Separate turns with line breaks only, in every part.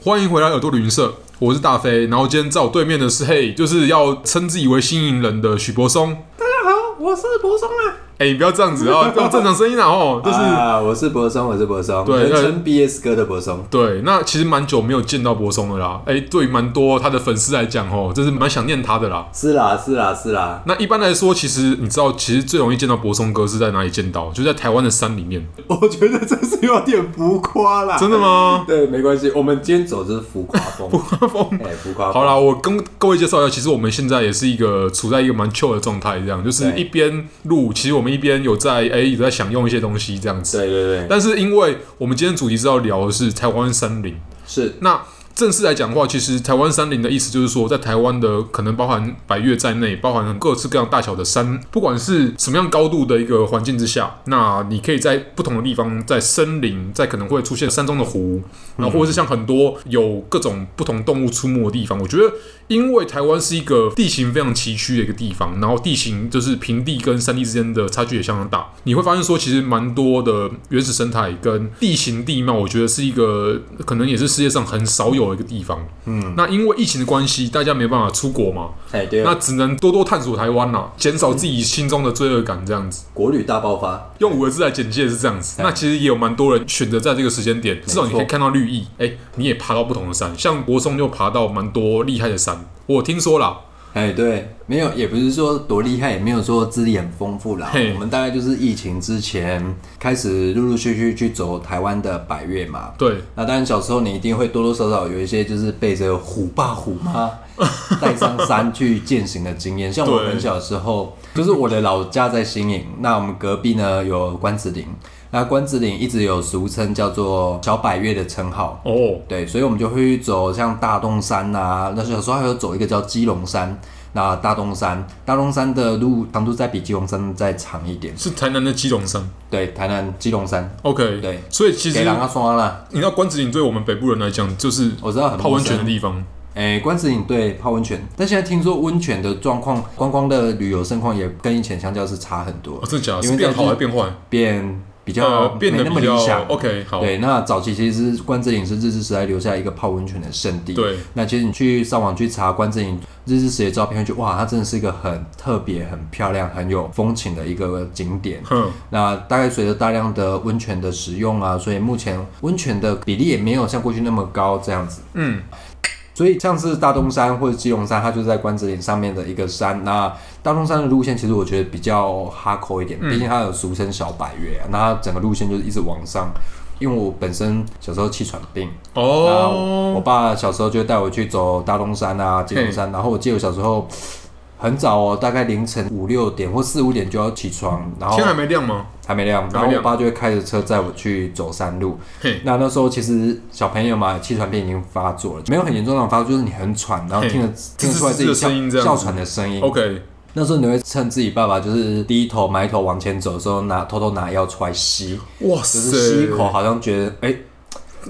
欢迎回来耳朵旅行社，我是大飞。然后今天在我对面的是嘿，就是要称自己为新营人的许柏松。
大家好，我是柏松啊。
哎、你不要这样子 啊，要正常声音啊哦，就是、
啊，我是柏松，我是柏松，
对
人称 BS 哥的柏松。
对。那其实蛮久没有见到柏松了啦。哎、对于蛮多他的粉丝来讲哦，真是蛮想念他的啦。
是啦，是啦，是啦。
那一般来说，其实你知道，其实最容易见到柏松哥是在哪里见到？就在台湾的山里面。
我觉得这是有点浮夸啦。
真的吗？
对，没关系，我们今天走就是浮夸风。浮夸风，哎，浮夸风。
好啦，我跟各位介绍一下，其实我们现在也是一个处在一个蛮 chill 的状态，这样就是
对
一边录，其实我们一边有在哎、有在享用一些东西这样子。
对对对，
但是因为我们今天主题是要聊的是台湾山林，
是
那正式来讲的话，其实台湾山林的意思就是说，在台湾的可能包含百越在内，包含各式各样大小的山，不管是什么样高度的一个环境之下，那你可以在不同的地方，在森林，在可能会出现山中的湖，然后或者是像很多有各种不同动物出没的地方，我觉得。因为台湾是一个地形非常崎岖的一个地方，然后地形就是平地跟山地之间的差距也相当大。你会发现说，其实蛮多的原始生态跟地形地貌，我觉得是一个可能也是世界上很少有的一个地方。嗯，那因为疫情的关系，大家没办法出国嘛，
哎，对，
那只能多多探索台湾啦、减少自己心中的罪恶感，这样子。
国旅大爆发。
用五个字来简介是这样子。
哎
那其实也有蛮多人选择在这个时间点，至少你可以看到绿意。哎、你也爬到不同的山，像国松就爬到蛮多厉害的山，我听说啦。
哎，对，没有，也不是说多厉害，也没有说资历很丰富啦
嘿。
我们大概就是疫情之前开始陆陆续续去走台湾的百越嘛。
对，
那当然，小时候你一定会多多少少有一些就是背着虎爸虎 妈带上山去践行的经验。像我
对
很小时候，就是我的老家在新营，那我们隔壁呢有关子岭，那关子岭一直有俗称叫做小百越的称号。
哦，
对，所以我们就会去走像大洞山啊，那小时候还有走一个叫基隆山，那大洞山，大洞山的路长度再比基隆山再长一点。
是台南的基隆山。
对，台南基隆山，
OK，
对
所以其实
给狼啊哦刷啦。
你知道关子岭对我们北部人来讲，就是
我知道很陌生
泡温泉的地方。
哎，关子岭对泡温泉，但现在听说温泉的状况，观光的旅游盛况也跟以前相较是差很多
哦，，真的假的？
因
是
为在
变好还是
日
变坏？
变比较
呃，变得
没那么
比
理
较
想。
OK，好，
对，那早期其实关子岭是日治时代留下一个泡温泉的圣地。
对，
那其实你去上网去查关子岭日治时期的照片，会觉得哇，它真的是一个很特别、很漂亮、很有风情的一个景点。
哼，
那大概随着大量的温泉的使用啊，所以目前温泉的比例也没有像过去那么高这样子。
嗯，
所以像是大东山或者基隆山，它就是在关子岭上面的一个山。那大东山的路线其实我觉得比较哈扣一点，
嗯
毕竟它有俗称小百越、啊，那它整个路线就是一直往上。因为我本身小时候气喘病，那我
哦，
爸小时候就带我去走大东山啊、基隆山，然后我记得我小时候很早哦，大概凌晨五六点或四五点就要起床，然后
天啊还没亮吗？
还没亮，
还没
然后我
亮
爸就会开着车载我去走山路。
嘿，
那那时候其实小朋友嘛，气喘病已经发作了，没有很严重的发作，就是你很喘，然后
嘿
听得听得出来自
吱吱吱
己
的声音这
哮
样子
哮喘的声音。
OK，
那时候你会趁自己爸爸就是低头埋头往前走的时候，拿偷偷拿药出来吸，
哇
就
塞，
是吸一口，好像觉得哎、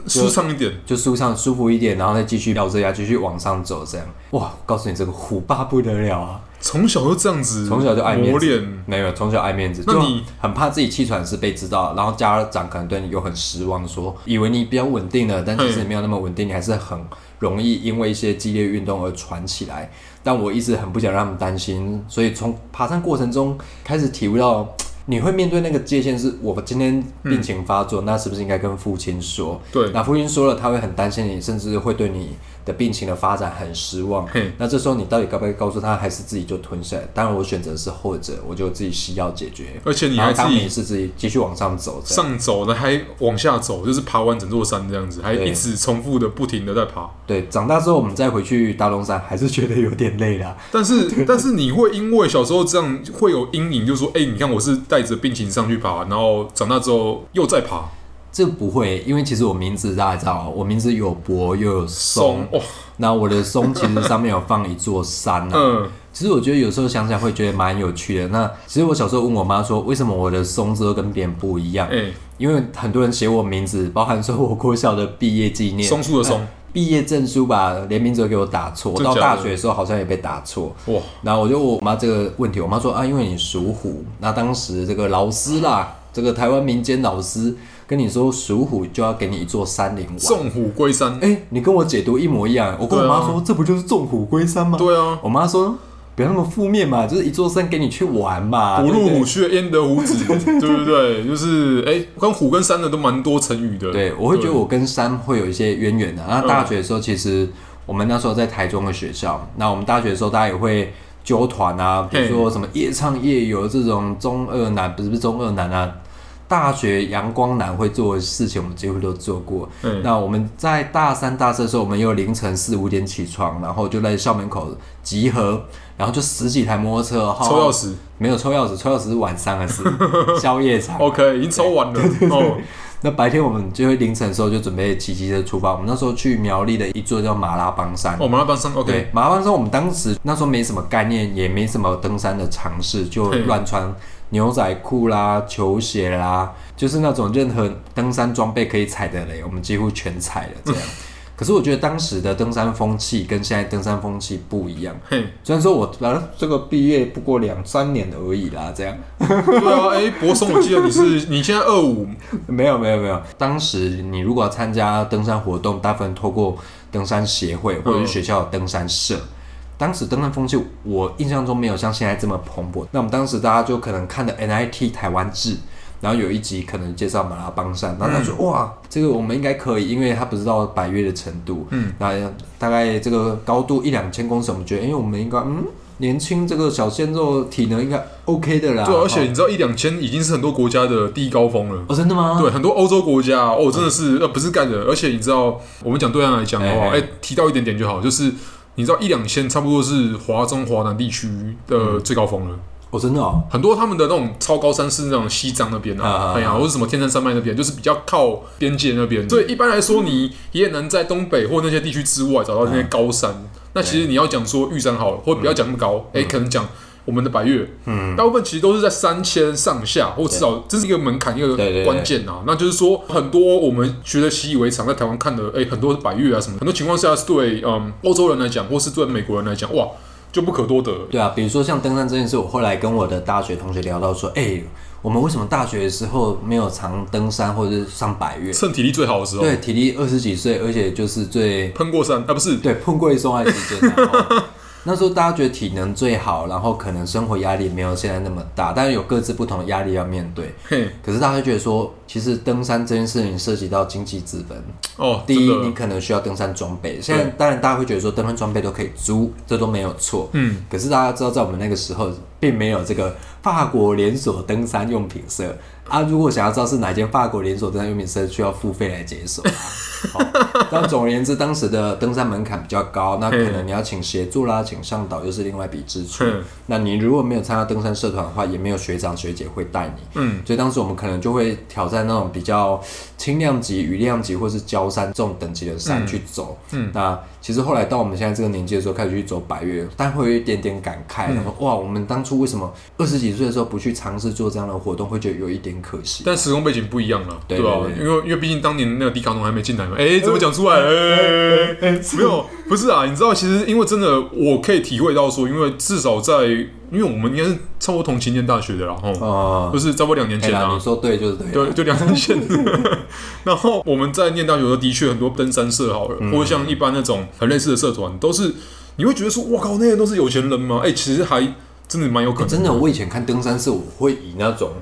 舒畅一点。
就舒畅舒服一点，然后再继续咬着牙继续往上走，这样。哇，告诉你这个虎爸不得了啊！
从小就这样子，
从小就爱面
磨
子
练。
没有，从小爱面子，
那
就
你
很怕自己气喘是被知道，然后家长可能对你又很失望说，以为你比较稳定了，但其实
嗯
你没有那么稳定，你还是很容易因为一些激烈运动而喘起来。但我一直很不想让他们担心，所以从爬山过程中开始体悟到。你会面对那个界限是，我今天病情发作，那是不是应该跟父亲说？
嗯对
那父亲说了，他会很担心你，甚至会对你的病情的发展很失望。
嘿
那这时候你到底该不该告诉他，还是自己就吞下来？当然，我选择是后者，我就自己吸药解决。
而且你
然
还
后
自
当没
己
事，自己继续往上走。这样
上走，然后还往下走，就是爬完整座山这样子，还
对
一直重复的不停的在爬。
对，长大之后我们再回去大龙山，还是觉得有点累啦。
但是， 但是你会因为小时候这样会有阴影，就说，哎、你看我是带着病情上去爬，然后长大之后又再爬，
这不会，因为其实我名字大家知道，我名字有博又有松
松，哇，
那我的松其实上面有放一座山啊。
嗯，
其实我觉得有时候想想会觉得蛮有趣的。那其实我小时候问我妈说，为什么我的松子都跟别人不一样
哎、？
因为很多人写我名字，包含说我国小的毕业纪念、
松树的松，
毕业证书吧，连名字都给我打错。我
真假
到
的
大学的时候好像也被打错。
哇，
然后我就问我妈这个问题，我妈说啊，因为你属虎。那当时这个老师啦，这个台湾民间老师跟你说属虎就要给你一座山林玩。
纵虎归山。
哎、你跟我解读一模一样。我跟我
对啊
妈说，这不就是纵虎归山吗？
对啊，
我妈说不要那么负面嘛，就是一座山给你去玩嘛。
不入
啊对
虎穴，焉得虎 子，对不对？就是哎，跟虎跟山的都蛮多成语的。
对对，我会觉得我跟山会有一些渊源啊的、那大学的时候，其实我们那时候在台中的学校，那我们大学的时候，大家也会。纠团啊，比如说什么夜唱夜游这种中二男，不是不是中二男啊，大学阳光男会做的事情，我们几乎都做过。
嗯，
那我们在大三、大四的时候，我们又凌晨四五点起床，然后就在校门口集合，然后就十几台摩托车，然后
抽钥匙
没有抽钥匙，抽钥匙是晚上 的事，宵夜场。
，OK，已经抽完了哦。
那白天我们就会凌晨的时候就准备骑机车出发。我们那时候去苗栗的一座叫马拉邦山。
哦，麻辣帮山
对
OK，，
马拉邦山我们当时那时候没什么概念，也没什么登山的尝试，就
对
乱穿牛仔裤啦、球鞋啦，就是那种任何登山装备可以踩的雷，我们几乎全踩了 这样。可是我觉得当时的登山风气跟现在登山风气不一样。
嘿，
虽然说我反正这个毕业不过两三年而已啦，这样。
对啊，哎，柏松，我记得你是 你现在二五，
没有没有没有，当时你如果要参加登山活动，大部分透过登山协会或者
嗯
是学校的登山社。当时登山风气，我印象中没有像现在这么蓬勃。那我们当时大家就可能看的 NIT 台湾志，然后有一集可能介绍马拉邦
嗯
山，然后他说、哇，这个我们应该可以，因为他不知道百越的程度，
嗯，
那大概这个高度一两千公尺，我们觉得，因、为我们应该嗯。年轻这个小鲜肉体能应该 OK 的啦。
对，啊而且
哦
你知道一两千已经是很多国家的第一高峰了。
哦，真的吗？
对，很多欧洲国家哦，
嗯
真的是呃不是干的，而且你知道，我们讲对岸来讲的话，
哎哎
哎，提到一点点就好，就是你知道一两千差不多是华中华南地区的最高峰了。
哦，真的哦，
很多他们的那种超高山是那种西藏那边啊
啊，嗯
哎呀，或者什么天山山脉那边，就是比较靠边界那边。所以一般来说，你也很难在东北或那些地区之外找到那些高
嗯
山。那其实你要讲说玉山好了，或不要讲那么高，哎，可能讲我们的白岳，嗯，大部分其实都是在三千上下，或至少这是一个门槛，一个
对对对
关键啊。那就是说，很多我们觉得习以为常，在台湾看的，哎，很多白岳啊什么，很多情况下是对嗯欧洲人来讲，或是对美国人来讲，哇，就不可多得。
对啊，比如说像登山这件事，我后来跟我的大学同学聊到说，哎、我们为什么大学的时候没有常登山或者是上百越？
趁体力最好的时候，
对，体力二十几岁，而且就是最
喷过山啊，不是
对碰过一松爱之间、啊哦那时候大家觉得体能最好，然后可能生活压力没有现在那么大，但是有各自不同的压力要面对。
嘿。
可是大家会觉得说，其实登山这件事情涉及到经济资本，
哦，
第一，
真的
你可能需要登山装备。现在当然大家会觉得说登山装备都可以租，这都没有错。
嗯，
可是大家知道，在我们那个时候，并没有这个法国连锁登山用品社啊。如果想要知道是哪间法国连锁登山用品社，需要付费来解锁、 啊。好但总而言之，当时的登山门槛比较高，那可能你要请协助啦，请向导又是另外一笔支出
嗯。
那你如果没有参加登山社团的话，也没有学长学姐会带你。
嗯，
所以当时我们可能就会挑战那种比较轻量级、雨量级或是焦山这种等级的山去走。
嗯，
那其实后来到我们现在这个年纪的时候，开始去走百越，但会有一点点感慨，
嗯
然后哇，我们当初为什么二十几岁的时候不去尝试做这样的活动，会觉得有一点可惜。
但时空背景不一样了，
对
对吧？
对对
因为因为毕竟当年那个迪卡侬还没进来嘛，哎，怎么讲出来？哎，没有，不是啊，你知道，其实因为真的，我可以体会到说，因为至少在，因为我们应该是差不多同期念大学的啦，吼，
呃
不，是差不多两年
哎
前
呀，
啊
你，说对就是对。
对，就两三线。然后我们在念大学的时候，的确很多登山社好了，或者像一般那种很类似的社团，都是你会觉得说，哇靠，那些都是有钱人吗？哎，其实还真的蛮有可能，
真的，我以前看登山社，我会以 那种，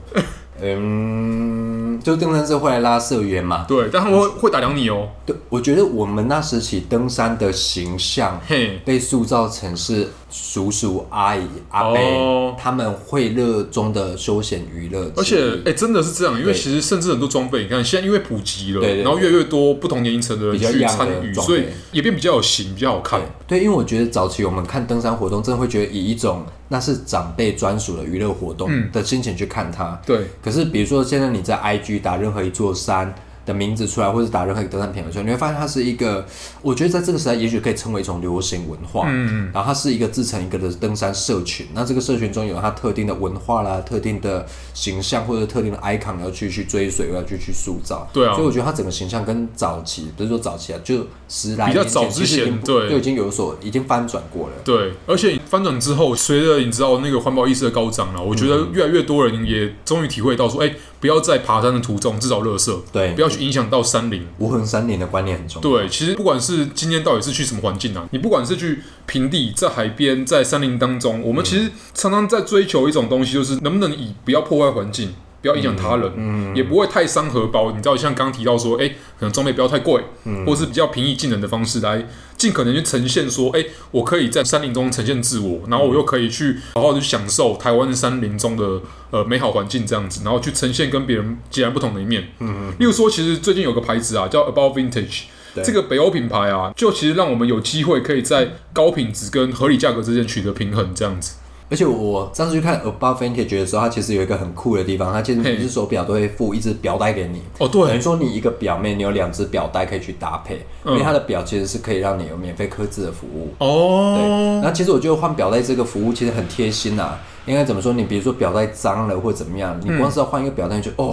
嗯，就是登山社会来拉社员嘛。
对，但他们会会打量你哦，
对，我觉得我们那时起登山的形象
嘿。
被塑造成是叔叔、阿姨、阿伯、
哦
他们会热衷的休闲娱乐之一，
而且，哎、真的是这样，因为
对
其实甚至很多装备，你看现在因为普及了，
对对对
然后越来越多不同年龄层的人
比较
去
样的
参与，
装
所
备
以也变比较有型，比较好看
对。对，因为我觉得早期我们看登山活动，真的会觉得以一种那是长辈专属的娱乐活
嗯
动的心情去看它。
对，
可是，比如说现在你在 IG 打任何一座山的名字出来，或者打任何一个登山品牌出来，你会发现它是一个，我觉得在这个时代也许可以称为一种流行文化。嗯，然后它是一个自成一个的登山社群。那这个社群中有它特定的文化啦、特定的形象或者特定的 icon 要去去追随，要去去塑造。
对啊
所以我觉得它整个形象跟早期不是说早期啊，就十来
比较
年前
早之
其实已
前
经不
对
就已经有所已经翻转过了。
对，而且翻转之后，随着你知道那个环保意识的高涨了，啊我觉得
嗯
越来越多人也终于体会到说，哎、不要在爬山的途中制造垃圾，
对
不要去影响到山林。
无痕山林的观念很重要。
对，其实不管是今天到底是去什么环境啊，你不管是去平地、在海边、在山林当中，我们其实常常在追求一种东西，就是能不能以不要破坏环境。不要影响他人，也不会太伤荷包。你知道，像刚提到说，哎、可能装备不要太贵，或是比较平易近人的方式来尽可能去呈现说，哎、我可以在山林中呈现自我，然后我又可以去好好的享受台湾山林中的呃美好环境这样子，然后去呈现跟别人截然不同的一面。嗯，例如说，其实最近有个牌子啊，叫 About Vintage。
对
这个北欧品牌啊，就其实让我们有机会可以在高品质跟合理价格之间取得平衡，这样子。
而且我上次去看 Above Vintage 的时候，它其实有一个很酷的地方，它其实
嘿
每只手表都会附一只表带给你。
哦，
等
对
于，说你一个表面你有两只表带可以去搭配，
嗯
因为它的表其实是可以让你有免费刻字的服务。对，
哦，
那其实我觉得换表带这个服务其实很贴心呐、应该怎么说？你比如说表带脏了或怎么样，你光是要换一个表带就、哦，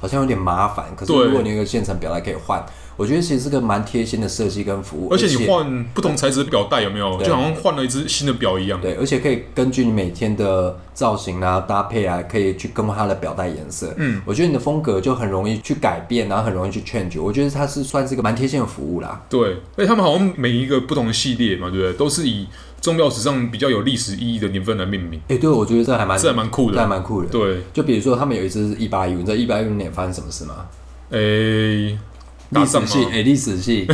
好像有点麻烦。可
嗯
是
对
如果你有一个现成表带可以换，我觉得其实是个蛮贴心的设计跟服务。
而且你换不同材质的表带有没有，
对
就好像换了一只新的表一样。
对，而且可以根据你每天的造型啊、搭配啊，可以去更换它的表带颜色。
嗯，
我觉得你的风格就很容易去改变，然后很容易去 change。我觉得它是算是一个蛮贴心的服务啦。
对，而且他们好像每一个不同的系列嘛，对不对？都是以钟表史上比较有历史意义的年份来命名，
诶，对，我觉得这还蛮
这还蛮酷
这还
的。
蛮酷的。，
对，
就比如说他们有一只一八一五，你知道一八一五年发生什么事吗？
诶，打
历
仗
史
吗？
系，诶，历史 系，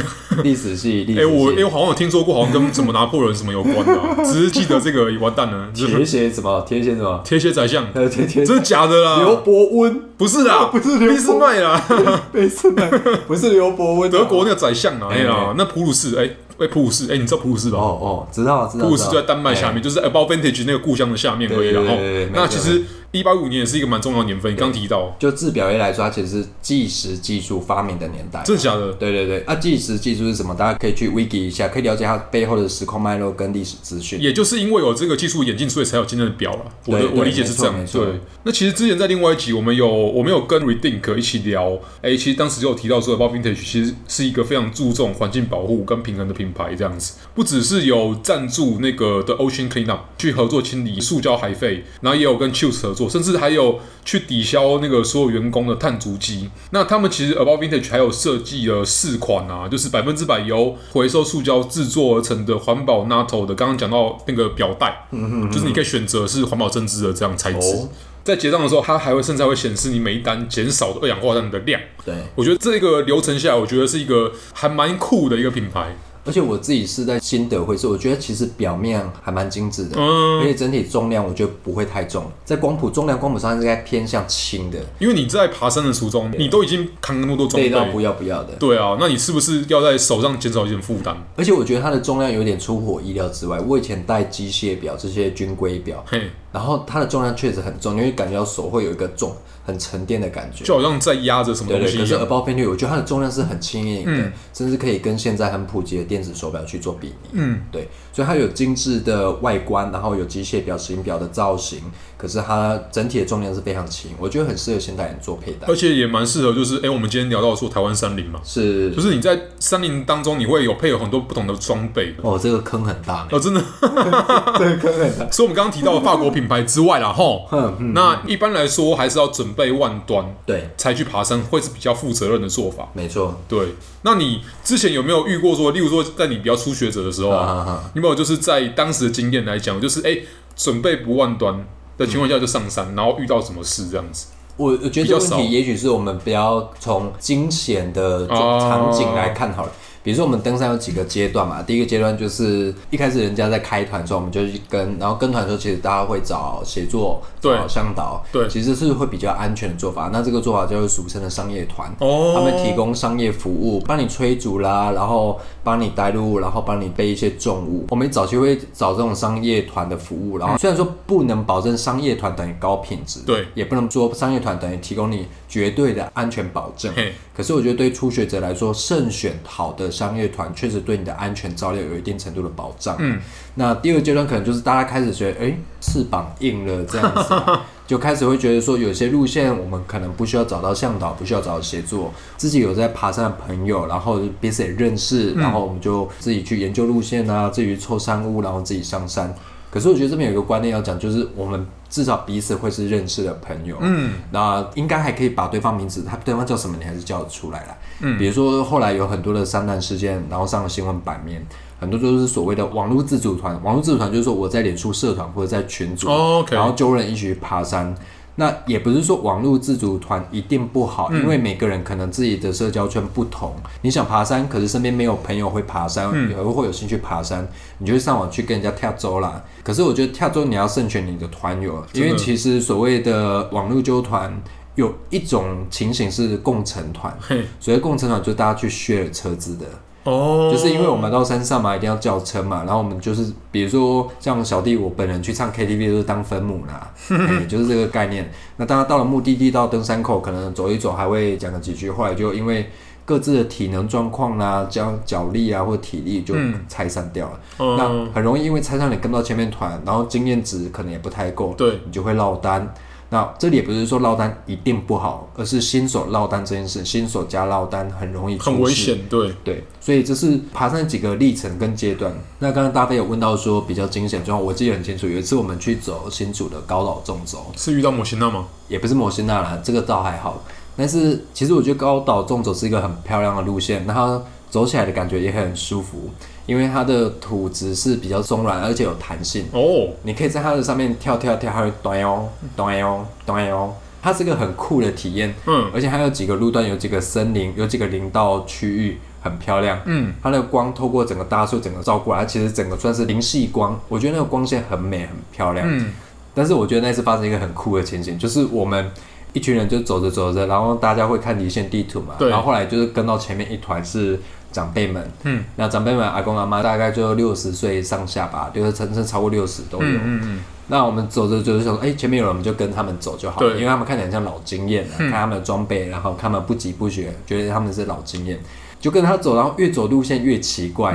历史系，历
诶，啊哎我
史
诶，
系。
我好像有听说过，好像跟什么拿破仑什么有关的 啊，只是记得这个完蛋了，就是
铁血什么？铁血什么？
铁血宰相，
呃，铁铁
真的假的啦？
刘伯温，
不是啦，
不是刘
俾斯麦啦，
没事的，不是刘伯温啊，
啊德国那个宰相啊，哎
哎
呀，那普鲁士，哎哎，普鲁士，哎，你知道普鲁士吧？
哦哦，知道知道。
普鲁士
知
就
道哎
在丹麦下面，就是 About Vintage 那个故乡的下面而已啦。
对对
然后
对对对，
那
没错
其实一八五年也是一个蛮重要的年份，你刚提到，
就制表业来说，它其实是计时技术发明的年代。
真的假的？
对对对，啊，计时技术是什么？大家可以去 wiki 一下，可以了解它背后的时空脉络跟历史资讯。
也就是因为有这个技术演进，所以才有今天的表了。我的
对对
我理解是这样
没。错没错
对，那其实之前在另外一集，我们有我们有跟 Redink 一起聊，哎，其实当时就有提到说 b o b Vintage 其实是一个非常注重环境保护跟平衡的品牌，这样子，不只是有赞助那个的 Ocean Cleanup 去合作清理塑胶海废，然后也有跟 Choose 合作，甚至还有去抵消那个所有员工的碳足迹。那他们其实 About Vintage 还有设计了四款啊，就是百分之百由回收塑胶制作而成的环保 NATO 的，刚刚讲到那个表带，就是你可以选择是环保针织的这样材质
哦。
在结账的时候，它还会甚至还会显示你每一单减少的二氧化碳的量。
对，
我觉得这个流程下来，我觉得是一个还蛮酷的一个品牌。
而且我自己是在心得会社，我觉得其实表面还蛮精致的，
嗯
而且整体重量我觉得不会太重，在光谱重量光谱上应该偏向轻的，
因为你在爬山的途中，你都已经扛那么多装
累到
备，
不要不要的。
对啊，那你是不是要在手上减少一点负担？
而且我觉得它的重量有点出乎我意料之外。我以前戴机械表这些军规表，
嘿，
然后它的重量确实很重，你会感觉到手会有一个重很沉淀的感觉。
就好像在压着什么
对
东
对，
西嗯
可
一
是呃
样。
Above Vintage 我觉得它的重量是很轻盈的，甚至可以跟现在很普及的电子手表去做比拟。
嗯，
对，所以它有精致的外观，然后有机械表、型表的造型，可是它整体的重量是非常轻，我觉得很适合现代人做佩戴
而。且也蛮适合，就是哎、我们今天聊到说台湾山林嘛，
是
就是你在山林当中，你会有配有很多不同的装备。
哦，这个坑很大呢，
哦，真 的，
这个坑很大。
所以我们刚刚提到的法国品牌之外啦，吼，那一般来说还是要准备万端
对，
才去爬山，会是比较负责任的做法。
没错。
对，那你之前有没有遇过说，例如说在你比较初学者的时候
啊
啊，
啊啊！
有没有就是在当时的经验来讲，就是哎、准备不万端的情况下就上山，然后遇到什么事这样子？
我我觉得
比较
这问
少
题也许是我们不要从惊险的
哦
场景来看好了。比如说我们登山有几个阶段嘛，第一个阶段就是一开始人家在开团的时候，我们就去跟，然后跟团的时候其实大家会找协作、
对
找向导，
对
其实是会比较安全的做法。那这个做法就是俗称的商业团，
哦
他们提供商业服务，帮你催竹啦，然后帮你带路，然后帮你背一些重物。我们早期会找这种商业团的服务，然后虽然说不能保证商业团等于高品质，
对
也不能说商业团等于提供你绝对的安全保证
嘿。
可是我觉得对初学者来说，慎选好的商业团确实对你的安全照料有一定程度的保障。嗯，那第二个阶段可能就是大家开始觉得，哎、翅膀硬了这样子啊、就开始会觉得说，有些路线我们可能不需要找到向导，不需要找到协作，自己有在爬山的朋友，然后彼此也认识，然后我们就自己去研究路线啊，自己去凑山屋，然后自己上山。可是我觉得这边有一个观念要讲，就是我们至少彼此会是认识的朋友，
嗯，
那应该还可以把对方名字，他对方叫什么，你还是叫得出来啦。
嗯
比如说后来有很多的三难事件，然后上了新闻版面，很多都是所谓的网络自主团。网络自主团就是说我在脸书社团或者在群组，
哦，OK，
然后揪人一起去爬山。那也不是说网络自主团一定不好，
嗯
因为每个人可能自己的社交圈不同。你想爬山，可是身边没有朋友会爬山，
嗯
也会有兴趣爬山，你就会上网去跟人家跳周啦。可是我觉得跳周你要慎选你的团友，因为
真的
其实所谓的网络纠团有一种情形是共乘团，
嘿，
所谓共乘团就是大家去 share 车子的，
哦，
就是因为我们到山上嘛，一定要叫车嘛，然后我们就是比如说像小弟我本人去唱 KTV 都是当分母 啦、哎就是这个概念。那大家到了目的地到登山口，可能走一走还会讲个几句话，就因为各自的体能状况啦、脚脚力啊或体力就
嗯
拆散掉了。
嗯，
那很容易因为拆散你跟不到前面团，然后经验值可能也不太够，
对，
你就会落单。那这里也不是说落单一定不好，而是新手落单这件事，新手加落单很容易出
很危
事
险，对，
对，所以这是爬山几个历程跟阶段。那刚刚大飞有问到说比较惊险的状况，我记得很清楚。有一次我们去走新竹的高岛纵走，
是遇到摩西娜吗？
也不是摩西那啦，这个倒还好。但是其实我觉得高岛纵走是一个很漂亮的路线，那它走起来的感觉也很舒服，因为它的土质是比较松软，而且有弹性。
哦，
你可以在它的上面跳跳跳，它会端哦端哦端哦，它是一个很酷的体验。
嗯
而且还有几个路段，有几个森林，有几个林道区域很漂亮。
嗯，
它那个光透过整个大树整个照过来，它其实整个算是零系光，我觉得那个光线很美很漂亮。
嗯，
但是我觉得那次发生一个很酷的情形，就是我们一群人就走着走着，然后大家会看离线地图嘛，
对
然后后来就是跟到前面一团是长辈们，
嗯，
那长辈们阿公阿妈大概就六十岁上下吧，就是甚至超过六十都有。
嗯嗯嗯，
那我们走着走着想说，哎、前面有人，我们就跟他们走就好了，
对嗯
因为他们看起来很像老经验、啊，看他们的装备，然后看他们不疾不学，觉得他们是老经验，就跟他走，然后越走路线越奇
嗯
怪，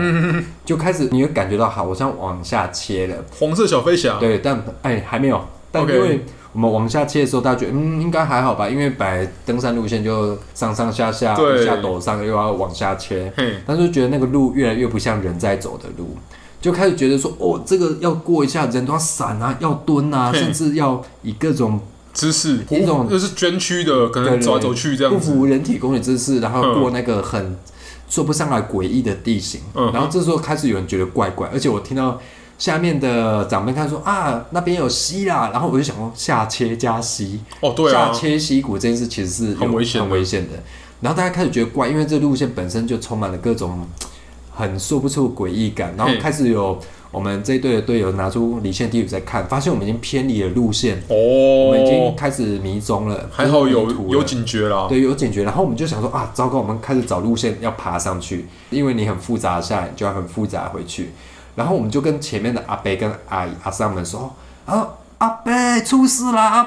就开始你会感觉到好像往下切了，
黄色小飞侠，
对，但哎还没有，但
OK
因为我们往下切的时候，大家觉得嗯应该还好吧，因为本来登山路线就上上下下，
对
下陡上又要往下切，
嘿，
但是觉得那个路越来越不像人在走的路，就开始觉得说，哦，这个要过一下，人都要闪啊，要蹲啊，
嘿
甚至要以各种
知识，哦
一种
就是捐躯的，可
对
能
对
走来走去这
不
样子，
服人体工学知识，然后
嗯
过那个很说不上来诡异的地形。
嗯
然后这时候开始有人觉得怪怪，而且我听到下面的长辈他说啊，那边有溪啦，然后我就想说下切加溪，
哦，对啊
下，切溪谷这件事其实是有
很危险的
很危险的。然后大家开始觉得怪，因为这路线本身就充满了各种很说不出的诡异感，然后
嘿
开始有我们这一队的队友拿出离线地图在看，发现我们已经偏离了路线，我们已经
哦，
开始迷踪了，
还好
迷途
有
了
有警觉啦，
对，有警觉，然后我们就想说啊，糟糕，我们开始找路线要爬上去，因为你很复杂下来，你就要很复杂回去。然后我们就跟前面的阿伯跟阿姨阿三们说 啊，阿伯出事啦，阿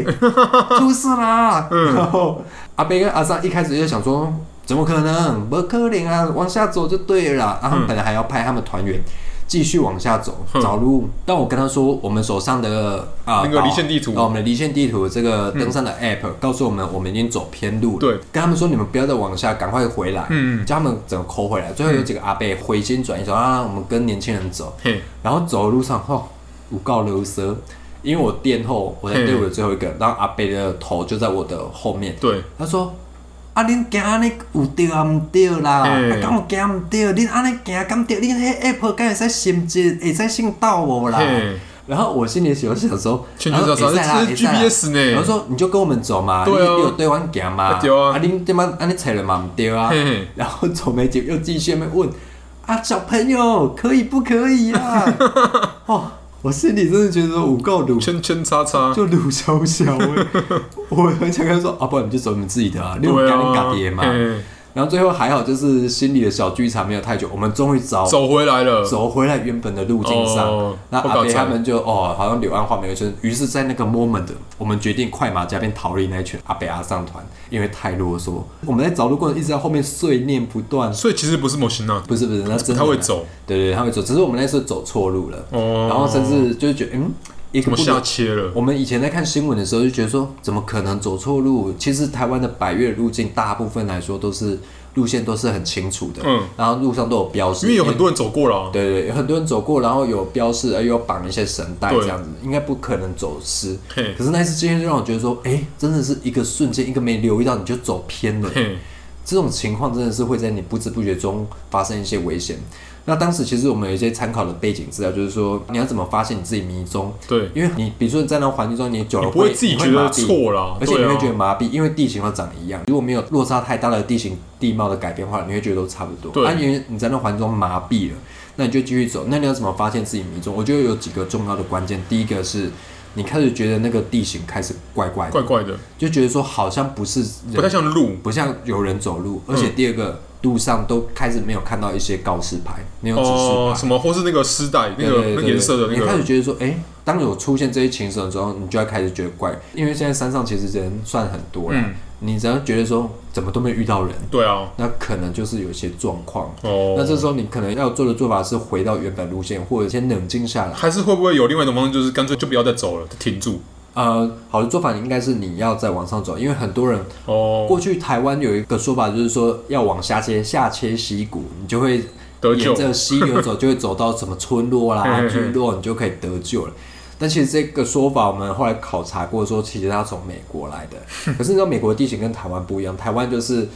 伯出事啦。然后阿伯跟阿三一开始就想说，怎么可能？不可能啊，往下走就对了啦。然后本来还要拍他们团员。继续往下走，找路。但我跟他说，我们手上的啊、
那个
导
离线地图
哦我们的离线地图这个登山的 app、告诉我们，我们已经走偏路了。
嗯对，
跟他们说你们不要再往下，赶快回来。
嗯
叫他们整个抠回来。最后有几个阿伯回心转意说啊，我们跟年轻人走。
嘿，
然后走的路上，吼、五告流舌，因为我垫后，我在队伍的最后一个，然后阿伯的头就在我的后面。
对，
他说：“啊，恁行安尼有对啊？毋对啦，
嘿
啊，敢有行毋对？恁安尼行敢对？恁迄 app 敢会使心智会使信道无啦？”
嘿，
然后我心里有想说，
劝
然后
劝小
会使啦
三，
会
哎这
使
是
啦
GPS
然后
呢，
说你就跟我们走嘛，
对啊
你你有对我行嘛，
啊对啊
恁对嘛安尼找了嘛毋对啊
嘿嘿，
然后走没久又继续在那边问啊小朋友可以不可 以啊？哦，我心里真的觉得说我够鲁，
圈圈叉叉，
就鲁小小 欸，我很想跟他说啊，不然你就走你们自己的啊，你们
对
赶紧
啊
赶爹，嘛。
嘿，
然后最后还好就是心里的小剧场没有太久，我们终于找
走回来了，
走回来原本的路径上。
哦
那
不
阿
搞
北他
错
们就哦，好像柳暗花明又一村。于是，在那个 moment，我们决定快马加鞭逃离那一群阿北阿上团，因为太啰嗦。我们在找路过程一直在后面碎念不断。
所以其实不是啊摩西娜，
不是不是，那真的
他会
呢
走，
对对，对他会走。只是我们那时候走错路了，
哦
然后甚至就是觉得嗯，一
怎么
个不
下
能
啊切了，
我们以前在看新闻的时候就觉得说，怎么可能走错路？其实台湾的百越路径大部分来说都是路线都是很清楚的，
嗯，
然后路上都有标识，
因为有很多人走过了啊、
对对对，有很多人走过，然后有标示，哎而有绑一些绳带
对
这样子，应该不可能走失。
嘿
可是那一次经验就让我觉得说，哎，真的是一个瞬间，一个没留意到你就走偏了。
嘿，
这种情况真的是会在你不知不觉中发生一些危险。那当时其实我们有一些参考的背景资料，就是说你要怎么发现你自己迷踪，
对，
因为你比如说你在那个环境中，你久
你
了
不会自己觉
麻
得
痹
错啦，
而且你
对
会
啊
觉得麻痹，因为地形都长一样。如果没有落差太大的地形地貌的改变的话，你会觉得都差不多。
对
那、因为你在那环境中麻痹了，那你就继续走。那你要怎么发现自己迷踪？我觉得有几个重要的关键。第一个是你开始觉得那个地形开始怪怪的，
怪怪的，
就觉得说好像不是人
不太像嗯路，
不像有人走路，而且第二个、路上都开始没有看到一些告示牌，没有指示牌。
哦，什么或是那个丝带那
对
个
对
那
对
个颜色的那
你开
个
始觉得说，哎、当有出现这些情形的时候，你就要开始觉得怪，因为现在山上其实人算很多了，
嗯
你只要觉得说怎么都没遇到人，
对啊，
那可能就是有一些状况。
哦，
那这时候你可能要做的做法是回到原本路线，或者先冷静下来。
还是会不会有另外一种方式，就是干脆就不要再走了，停住
呃，好的做法应该是你要再往上走，因为很多人
哦，
过去台湾有一个说法，就是说要往下切，下切溪谷，你就会
得
沿
救
着溪流走，就会走到什么村落 啦
嘿、嘿
聚
嘿
落，你就可以得救了。但其实这个说法，我们后来考察过说其实它从美国来 的。可是你知道美国的地形跟台湾不一样，台湾就是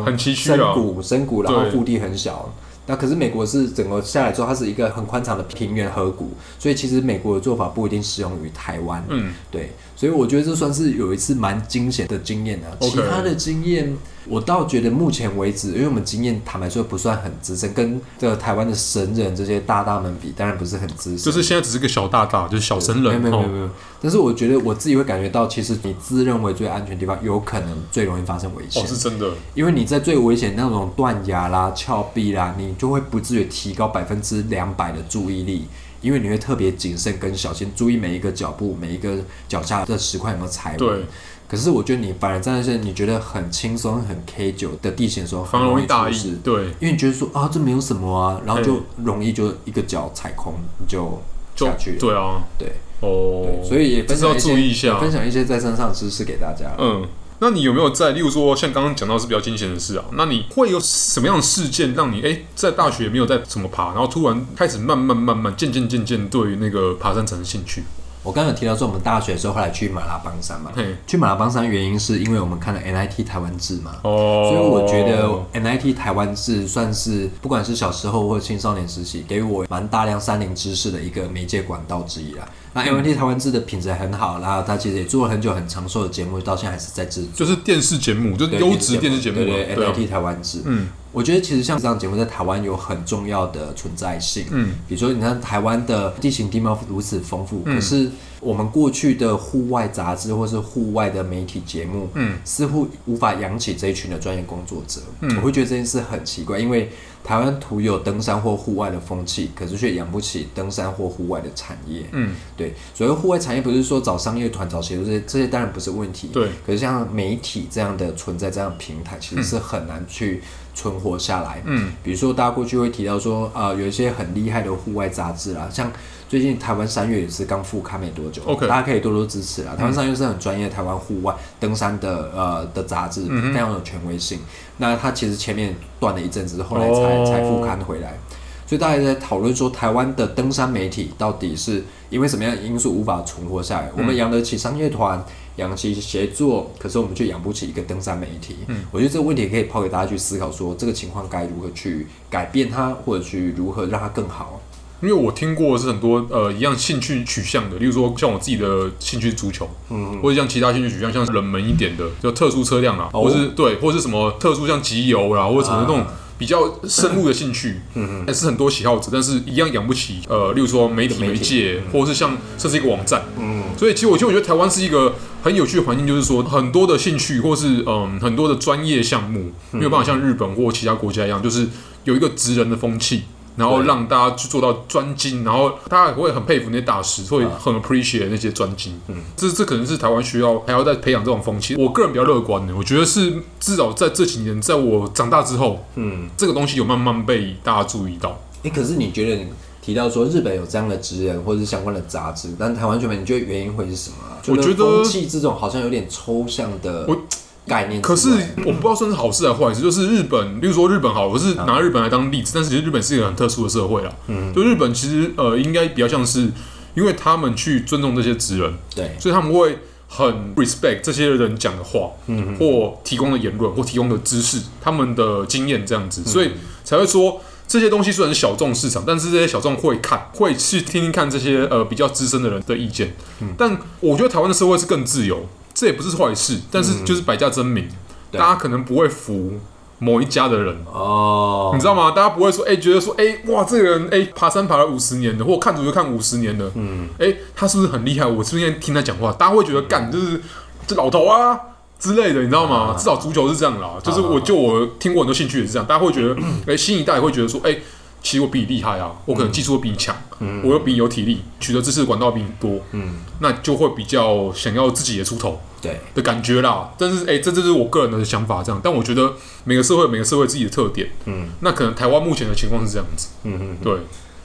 很崎岖啊
深谷、深谷，然
对
后腹地很小。那可是美国是整个下来之后，它是一个很宽敞的平原河谷，所以其实美国的做法不一定适用于台湾。
嗯，
对，所以我觉得这算是有一次蛮惊险的经验啊。
OK
其他的经验，我倒觉得目前为止，因为我们经验坦白说不算很资深，跟这个台湾的神人这些大大们比，当然不是很资
就
深。
是现在只是个小大大，就是小神人
没有没有没
哦，
有没有，但是我觉得我自己会感觉到，其实你自认为最安全的地方，有可能最容易发生危险
哦，是真的，
因为你在最危险那种断崖啦、峭壁啦，你就会不自觉提高百分之两百的注意力，因为你会特别谨慎跟小心，注意每一个脚步、每一个脚下的石块有没有踩稳
对。
可是我觉得你反而在那些你觉得很轻松、很 K 九的地形的时候，
反
很
而容易大
出事
意，，对，
因为你觉得说啊这没有什么啊，然后就
嗯
容易就一个脚踩空你就
就
下去了。
对啊，
对
哦
对，，所以也分
这是要
享一
注
些
意一下
也，分享一些在山上的知识给大家。
嗯。那你有没有在，例如说像刚刚讲到是比较惊险的事啊？那你会有什么样的事件让你哎、在大学没有在怎么爬，然后突然开始慢慢慢慢渐渐渐渐对于那个爬山产生兴趣？
我刚刚有提到说我们大学的时候后来去马拉邦山嘛，
嘿，
去马拉邦山原因是因为我们看了 NIT 台湾志嘛，
哦，
所以我觉得 NIT 台湾志算是不管是小时候或青少年时期，给予我蛮大量山林知识的一个媒介管道之一啦。那 NIT 台湾志的品质很好，然后它其实也做了很久很长寿的节目，到现在还是在制作。
就是电视节目，就是优质电视节目啊，
对对
对啊，
NIT 台湾志，
嗯，
我觉得其实像这档节目在台湾有很重要的存在性，
嗯，
比如说你看台湾的地形地貌如此丰富，可是我们过去的户外杂志或是户外的媒体节目，
嗯，
似乎无法养起这一群的专业工作者，嗯，我会觉得这件事很奇怪，因为台湾徒有登山或户外的风气，可是却养不起登山或户外的产业，
嗯，
对，所谓户外产业不是说找商业团、找协助这些，这些当然不是问题，
对
可是像媒体这样的存在，这样的平台其实是很难去存活下来。
嗯，
比如说大家过去会提到说，呃，有一些很厉害的户外杂志啦，像最近台湾三月也是刚复刊没多久
OK 嗯
大家可以多多支持啦。台湾三月是很专业的台湾户外登山的呃的杂志，
嗯
非常有权威性。那它其实前面断了一阵子，后来才、
哦
才复刊回来。所以大家在讨论说，台湾的登山媒体到底是因为什么样的因素无法存活下来？我们养得起商业团，养得起协作，可是我们却养不起一个登山媒体。嗯，我觉得这个问题可以抛给大家去思考说这个情况该如何去改变它，或者去如何让它更好。
因为我听过是很多呃一样兴趣取向的，例如说像我自己的兴趣是足球，嗯，或者像其他兴趣取向像冷门一点的，就特殊车辆啊，
哦
或是对，或是什么特殊像集邮啦，或者什么那种。比较深入的兴趣，啊嗯还是很多喜好者，但是一样养不起。呃，例如说媒体
媒
媒
体
介，或是像甚至一个网站，嗯，所以其实我其实我觉得台湾是一个很有趣的环境，就是说很多的兴趣或是嗯很多的专业项目没有办法像日本或其他国家一样，就是有一个职人的风气，然后
对
让大家去做到专精，然后大家也会很佩服那些大师，会很 appreciate 那些专精。嗯，这这可能是台湾需要还要再培养这种风气。我个人比较乐观的，我觉得是至少在这几年，在我长大之后，
嗯，
这个东西有慢慢被大家注意到。
诶、可是你觉得你提到说日本有这样的职人或者是相关的杂志，但台湾全媒，你觉得原因会是什么啊、
我觉得
除了风气这种好像有点抽象的
我
概念之
可
外。
是我不知道算是好事还是坏事，就是日本，例如说日本好，我是拿日本来当例子，但是其实日本是一个很特殊的社会啦。嗯，就日本其实呃，应该比较像是，因为他们去尊重这些职人，
对
所以他们会很 respect 这些人讲的话，嗯，或提供的言论或提供的知识，他们的经验这样子，所以才会说。这些东西虽然是小众市场，但是这些小众会看，会去听听看这些呃比较资深的人的意见。但我觉得台湾的社会是更自由，这也不是坏事，但是就是百家争鸣，
对
大家可能不会服某一家的人，
哦，
你知道吗？大家不会说，哎、觉得说，哎、哇，这个人，哎、爬山爬了五十年的，或看足球看五十年的，嗯，哎、他是不是很厉害？我是不是应该听他讲话？大家会觉得，干，就是这老头啊之类的，你知道吗？至少足球是这样啦，就是我就我听过很多兴趣也是这样，大家会觉得，哎、新一代会觉得说，哎、其实我比你厉害啊，我可能技术会比你强，嗯、我又比你有体力，取得知识的管道比你多，嗯，那就会比较想要自己也出头，
对，
的感觉啦。但是，哎、这这就是我个人的想法，这样。但我觉得每个社会有每个社会自己的特点，嗯，那可能台湾目前的情况是这样子，嗯嗯，对，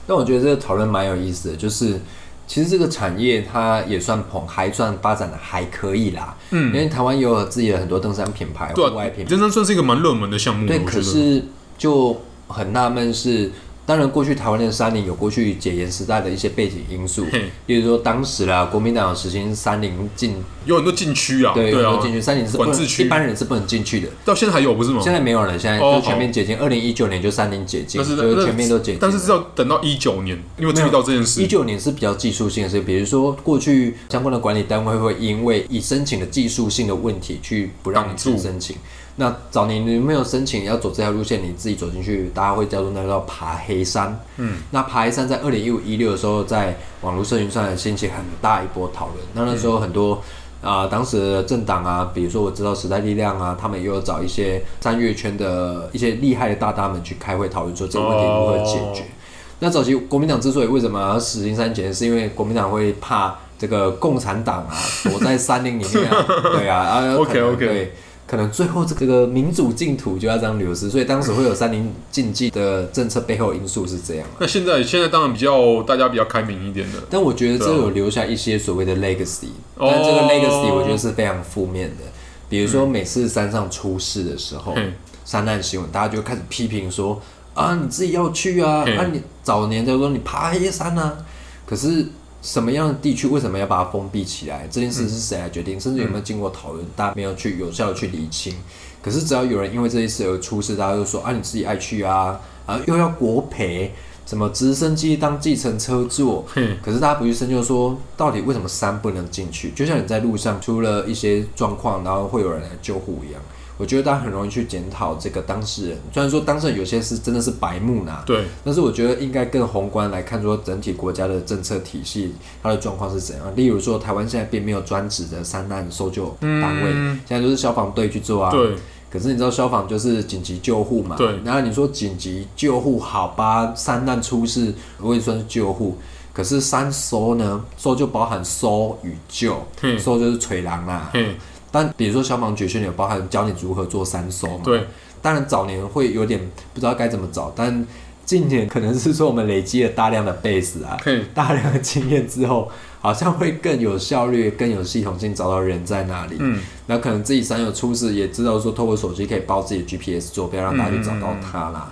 那我觉得这个讨论蛮有意思的，就是其实这个产业它也算捧，还算发展的还可以啦。嗯，因为台湾也有自己的很多登山品牌、户
对
外
啊
品，牌，
登山算是一个蛮热门的项目，
对，
我觉
可
得。
是就很纳闷是，当然过去台湾的山林有过去解严时代的一些背景因素
嘿，
例如说当时啦，国民党有实行山林禁，
有很多禁区啊，
对，
对
有
啊，
进去山林是不
管制
能，
区
一般人是不能进去的。
到现在还有不是吗？
现在没有了，现在
哦
就全面解禁。二零一九年就山林解禁，
但是
就是全面都解禁了。
但是是要等到一九年，因为注意到这件
一
事，
九年是比较技术性的事，比如说过去相关的管理单位会因为以申请的技术性的问题去不让你
挡
去
住
申请。那早年你没有申请，要走这条路线，你自己走进去，大家会叫做那叫爬黑山。嗯，那爬黑山在二零一五一六的时候，在网络社群上兴起很大一波讨论。那那时候很多啊、当时的政党啊，比如说我知道时代力量啊，他们也有找一些山乐圈的一些厉害的大大们去开会讨论，说这个问题如何解决。
哦
那早期国民党之所以为什么要实行三减，是因为国民党会怕这个共产党啊躲在山林里面 啊，对啊，啊
OK，
可能
OK
对，可能最后这个民主净土就要这样流失，所以当时会有山林禁忌的政策背后因素是这样。
那现在现在当然比较大家比较开明一点的，
但我觉得这
对啊
有留下一些所谓的 legacy，、
哦
但这个 legacy 我觉得是非常负面的。比如说每次山上出事的时候，
嘿
山难新闻，大家就开始批评说啊，你自己要去啊，
嘿
啊你早年就说你爬黑山啊，可是什么样的地区为什么要把它封闭起来？这件事是谁来决定？甚至有没有经过讨论，大家没有去有效的去理清。可是只要有人因为这一次而出事，大家就说啊，你自己爱去啊，啊又要国赔，什么直升机当计程车坐，
嘿，
可是大家不去深究说，到底为什么山不能进去？就像你在路上出了一些状况，然后会有人来救护一样。我觉得大家很容易去检讨这个当事人，虽然说当事人有些是真的是白目呐、
对，
但是我觉得应该更宏观来看，说整体国家的政策体系它的状况是怎样。例如说，台湾现在并没有专职的山难搜救单位，
嗯
现在都是消防队去做啊。
对，
可是你知道消防就是紧急救护嘛？
对
然后你说紧急救护，好吧，山难出事，我也算是救护。可是山搜呢？搜就包含搜与救，
嘿
搜就是锤狼啦。
嘿，
但比如说消防局训练有包含教你如何做山搜嘛？
对，
当然早年会有点不知道该怎么找，但近年可能是说我们累积了大量的 base 啊，
嘿，
大量的经验之后，好像会更有效率、更有系统性找到人在哪里。
嗯，
那可能自己山有出事，也知道说透过手机可以包自己的 GPS 坐标，让大家去找到它啦。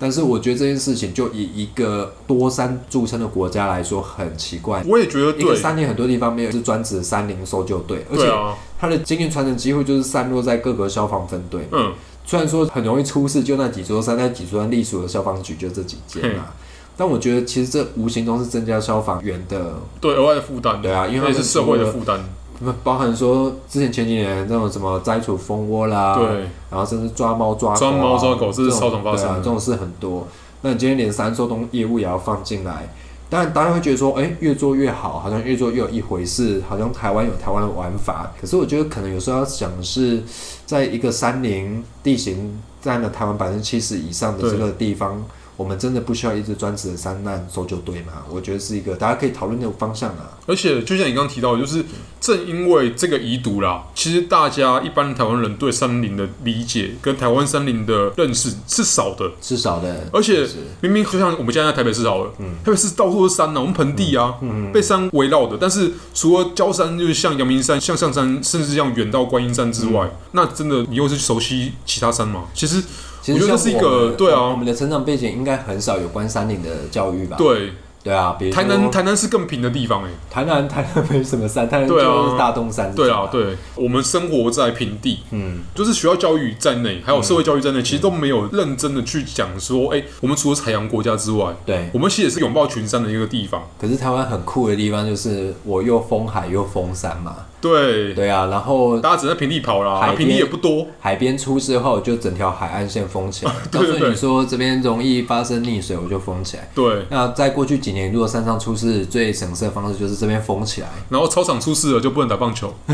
但是我觉得这件事情，就以一个多山著称的国家来说，很奇怪。
我也觉得
一个
对，
山林很多地方没有是专职的山林搜救队，而
对
且
啊，
它的经验传承几乎就是散落在各个消防分队。
嗯，
虽然说很容易出事，就那几座山，那几座山隶属的消防局就这几间啊。但我觉得其实这无形中是增加消防员的，
对，额外的负担，
对啊因为他
也是
们
社会
除
的
了
负担，
不包含说之前前几年那种什么摘除蜂窝啦，，
对，
然后甚至抓猫抓狗啊、
抓猫抓狗这是超常发生的
对啊，这种事很多。那你今天连三收东业务也要放进来，当然大家会觉得说，哎、越做越好，好像越做越有一回事，好像台湾有台湾的玩法。可是我觉得可能有时候要想的是，在一个山林地形占了台湾百分之七十以上的这个地方，我们真的不需要一直专职的山难搜救队吗？我觉得是一个大家可以讨论的方向啊。
而且就像你刚刚提到的，就是正因为这个遗毒啦，其实大家一般台湾人对山林的理解跟台湾山林的认识是少的。
至少的，
而且
是
明明就像我们现在在台北市好了，
嗯
台北市到处都是山呢、我们盆地啊，被山围绕的。但是除了焦山，就是像阳明山、像象山，甚至像远到观音山之外，
嗯
那真的你又是熟悉其他山吗？其实
其
我
实
觉得
像
这是一
我
个
们
对啊
我们的成长背景应该很少有关山林的教育吧？
对，
对啊，比如说
台南台南是更平的地方哎、
台南台南没什么山，台南
对啊
就是大东山这
对
种
啊，，对，我们生活在平地，
嗯，
就是学校教育在内，还有社会教育在内，其实都没有认真的去讲说，哎、我们除了海洋国家之外，
对。
我们其实也是拥抱群山的一个地方。
可是台湾很酷的地方就是我又封海又封山嘛，
对，
对啊，然后
大家只能在平地跑啦，啊
海
平地
边
也不多。
海边出事后就整条海岸线封起来，
对
告
对
诉
对
你说这边容易发生溺水，我就封起来。
对，
那在过去几年，如果山上出事，最省事的方式就是这边封起来，
然后操场出事了就不能打棒球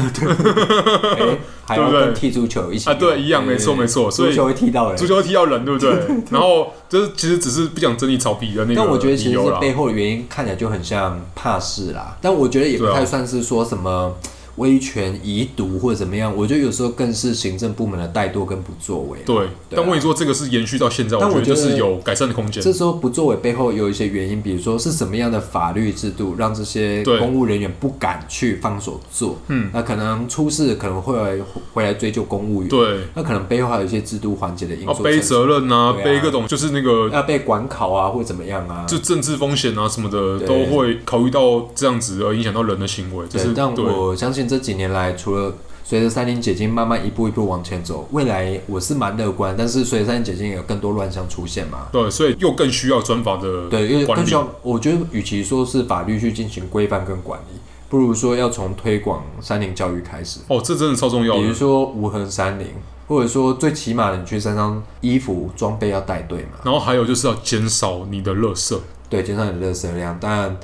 哎还
对
要
不对
跟踢足球一起
啊，对，一样，没错没错，所
足
以
球会踢到人，
足球踢到人，对不对？然后就是其实只是不想整理草皮的那个
但我觉得其
理
实
由
这
啦，
背后的原因看起来就很像怕事啦，但我觉得也不
对啊
太算是说什么威权遗毒或者怎么样，我觉得有时候更是行政部门的怠惰跟不作为。，
对。
对啊
但我跟你说，这个是延续到现在，
但
我
我
觉得就
觉得
是有改善的空间。
这时候不作为背后有一些原因，比如说是什么样的法律制度让这些
对
公务人员不敢去放手做，
嗯，
那可能出事可能会来回来追究公务员，，
对，
那可能背后还有一些制度环节的因
啊，
素，
背责任啊，
对啊
背各种就是那个
要被管考啊或怎么样啊，
就政治风险啊什么的，
对
都会考虑到这样子而影响到人的行为，这
对
是，
但
对
我相信这几年来，除了随着三林解禁慢慢一步一步往前走，未来我是蛮乐观。但是随着三林解禁有更多乱象出现嘛，
对，所以又更需要专法的
对，因为
管
更
理
需。要，我觉得与其说是法律去进行规范跟管理，不如说要从推广山林教育开始，
哦，这真的超重要
比如
的。
说无痕山林，或者说最起码的你去山上衣服装备要带对嘛，
然后还有就是要减少你的垃圾，
对，减少你的垃圾量，但。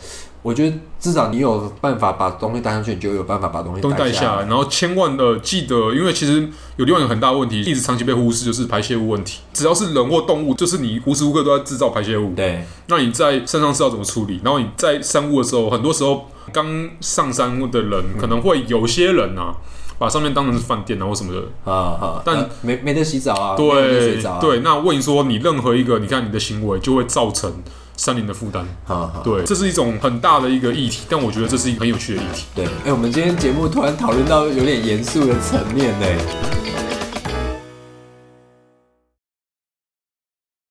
我觉得至少你有办法把东西带上去，你就有办法把东西
都带
下
下来，然后千万的记得，因为其实有另外一个很大的问题，一直长期被忽视，就是排泄物问题。只要是人或动物，就是你无时无刻都在制造排泄物。
对，
那你在山上是要怎么处理？然后你在山屋的时候，很多时候刚上山屋的
嗯
人，可能会有些人啊，把上面当成是饭店啊或什么的，
啊啊！
但
啊没没得洗澡啊，没有热水
对、
澡啊，
对，那问你说你任何一个，你看你的行为就会造成山林的负担，
好好
对，这是一种很大的一个议题，但我觉得这是一个很有趣的议题。
对。哎、我们今天节目突然讨论到有点严肃的层面呢。